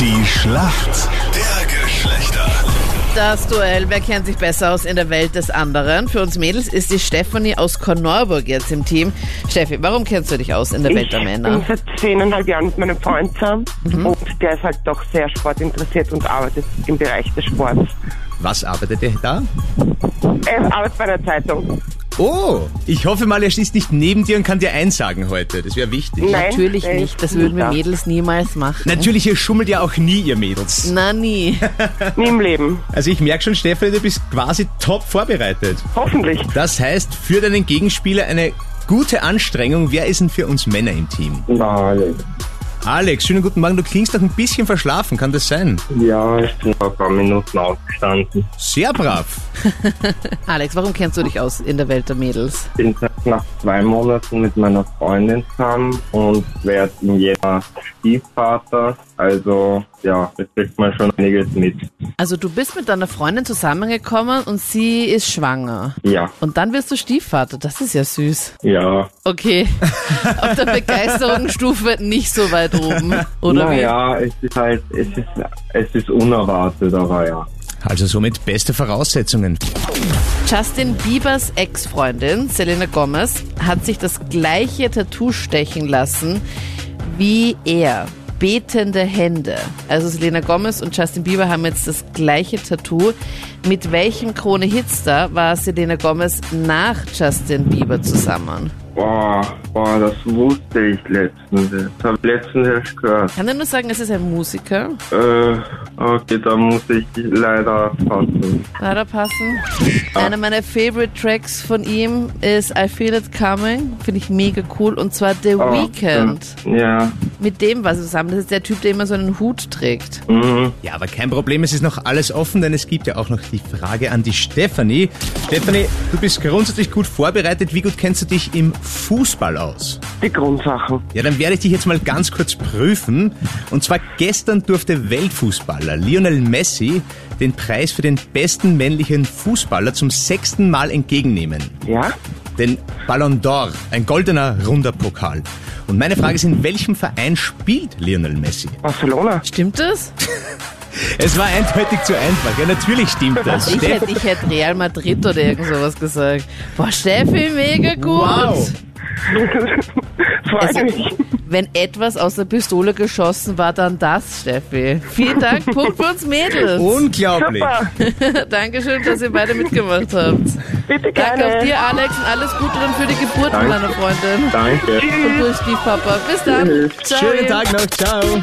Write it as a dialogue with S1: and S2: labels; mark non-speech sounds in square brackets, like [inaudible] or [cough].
S1: Die Schlacht der Geschlechter.
S2: Das Duell, wer kennt sich besser aus in der Welt des anderen? Für uns Mädels ist die Stefanie aus Kornorburg jetzt im Team. Steffi, warum kennst du dich aus in der Welt der
S3: Ich bin
S2: Männer? Mhm.
S3: seit zehneinhalb Jahren mit meinem Freund zusammen und der ist halt doch sehr sportinteressiert und arbeitet im Bereich des Sports.
S4: Was arbeitet ihr da?
S3: Er arbeitet bei einer Zeitung.
S4: Oh, ich hoffe mal, er schließt nicht neben dir und kann dir einsagen heute. Das wäre wichtig.
S3: Nein,
S2: Natürlich
S3: er ist
S2: nicht, das würden wir
S3: da.
S2: Mädels niemals machen.
S4: Natürlich, ihr schummelt ja auch nie, ihr Mädels.
S2: Na nie.
S3: Nie im Leben.
S4: Also ich merke schon, Stefanie, du bist quasi top vorbereitet.
S3: Hoffentlich.
S4: Das heißt, für deinen Gegenspieler eine gute Anstrengung. Wer ist denn für uns Männer im Team?
S5: Nein,
S4: Alex, schönen guten Morgen. Du klingst doch ein bisschen verschlafen, kann das sein?
S5: ja, ich bin vor ein paar Minuten aufgestanden.
S4: Sehr brav.
S2: Alex, warum kennst du dich aus in der Welt der Mädels?
S5: Bin seit nach zwei Monaten mit meiner Freundin zusammen und werde im Jänner Stiefvater. Also, ja, da kriegt man schon einiges mit.
S2: Also du bist mit deiner Freundin zusammengekommen und sie ist schwanger.
S5: Ja,
S2: Und dann wirst du Stiefvater, das ist ja süß.
S5: ja.
S2: Okay, [laughs] auf der Begeisterungsstufe nicht so weit oben, oder wie?
S5: naja, es ist halt, es ist, es ist unerwartet, aber ja.
S4: Also somit beste Voraussetzungen.
S2: Justin Biebers Ex-Freundin Selena Gomez hat sich das gleiche Tattoo stechen lassen wie er. Betende Hände. Also Selena Gomez und Justin Bieber haben jetzt das gleiche Tattoo. Mit welchem Krone-Hitstar war Selena Gomez nach Justin Bieber zusammen?
S5: Boah, boah, das wusste ich letztens. Das habe ich letztens erst gehört.
S2: Kann ich nur sagen, es ist ein Musiker.
S5: Äh, okay, da muss ich leider passen.
S2: Leider passen. Einer meiner Favorite Tracks von ihm ist I Feel It Coming. Finde ich mega cool. Und zwar The
S5: Ah,
S2: Weeknd.
S5: Ja,
S2: Mit dem war sie zusammen. Das ist der Typ, der immer so einen Hut trägt.
S5: mhm.
S4: Ja, aber kein Problem, es ist noch alles offen, denn es gibt ja auch noch die Frage an die Stefanie. Stefanie, du bist grundsätzlich gut vorbereitet. Wie gut kennst du dich im Fußball aus?
S3: Die Grundsachen.
S4: Ja, dann werde ich dich jetzt mal ganz kurz prüfen. Und zwar gestern durfte Weltfußballer Lionel Messi den Preis für den besten männlichen Fußballer zum sechsten Mal entgegennehmen.
S3: Ja?
S4: Den Ballon d'Or, ein goldener runder Pokal. Und meine Frage ist, in welchem Verein spielt Lionel Messi?
S3: Barcelona.
S2: Stimmt das?
S4: Es war eindeutig zu einfach. Ja, natürlich stimmt das.
S2: Ich hätte, ich hätte Real Madrid oder irgend sowas gesagt. Boah, Steffi, mega gut.
S4: Wow.
S3: Freut
S2: Also-
S3: mich.
S2: Wenn etwas aus der Pistole geschossen war, dann das, Steffi. Vielen Dank, Punkt für uns Mädels.
S4: Unglaublich.
S3: Super.
S2: Dankeschön, dass ihr beide mitgemacht habt.
S3: Bitte gerne.
S2: Danke auch dir, Alex, und alles Gute dann für die Geburt
S5: Danke.
S2: meiner Freundin.
S5: danke.
S2: Und durch die Papa. Bis dann. Ciao.
S4: Schönen Tag noch. Ciao.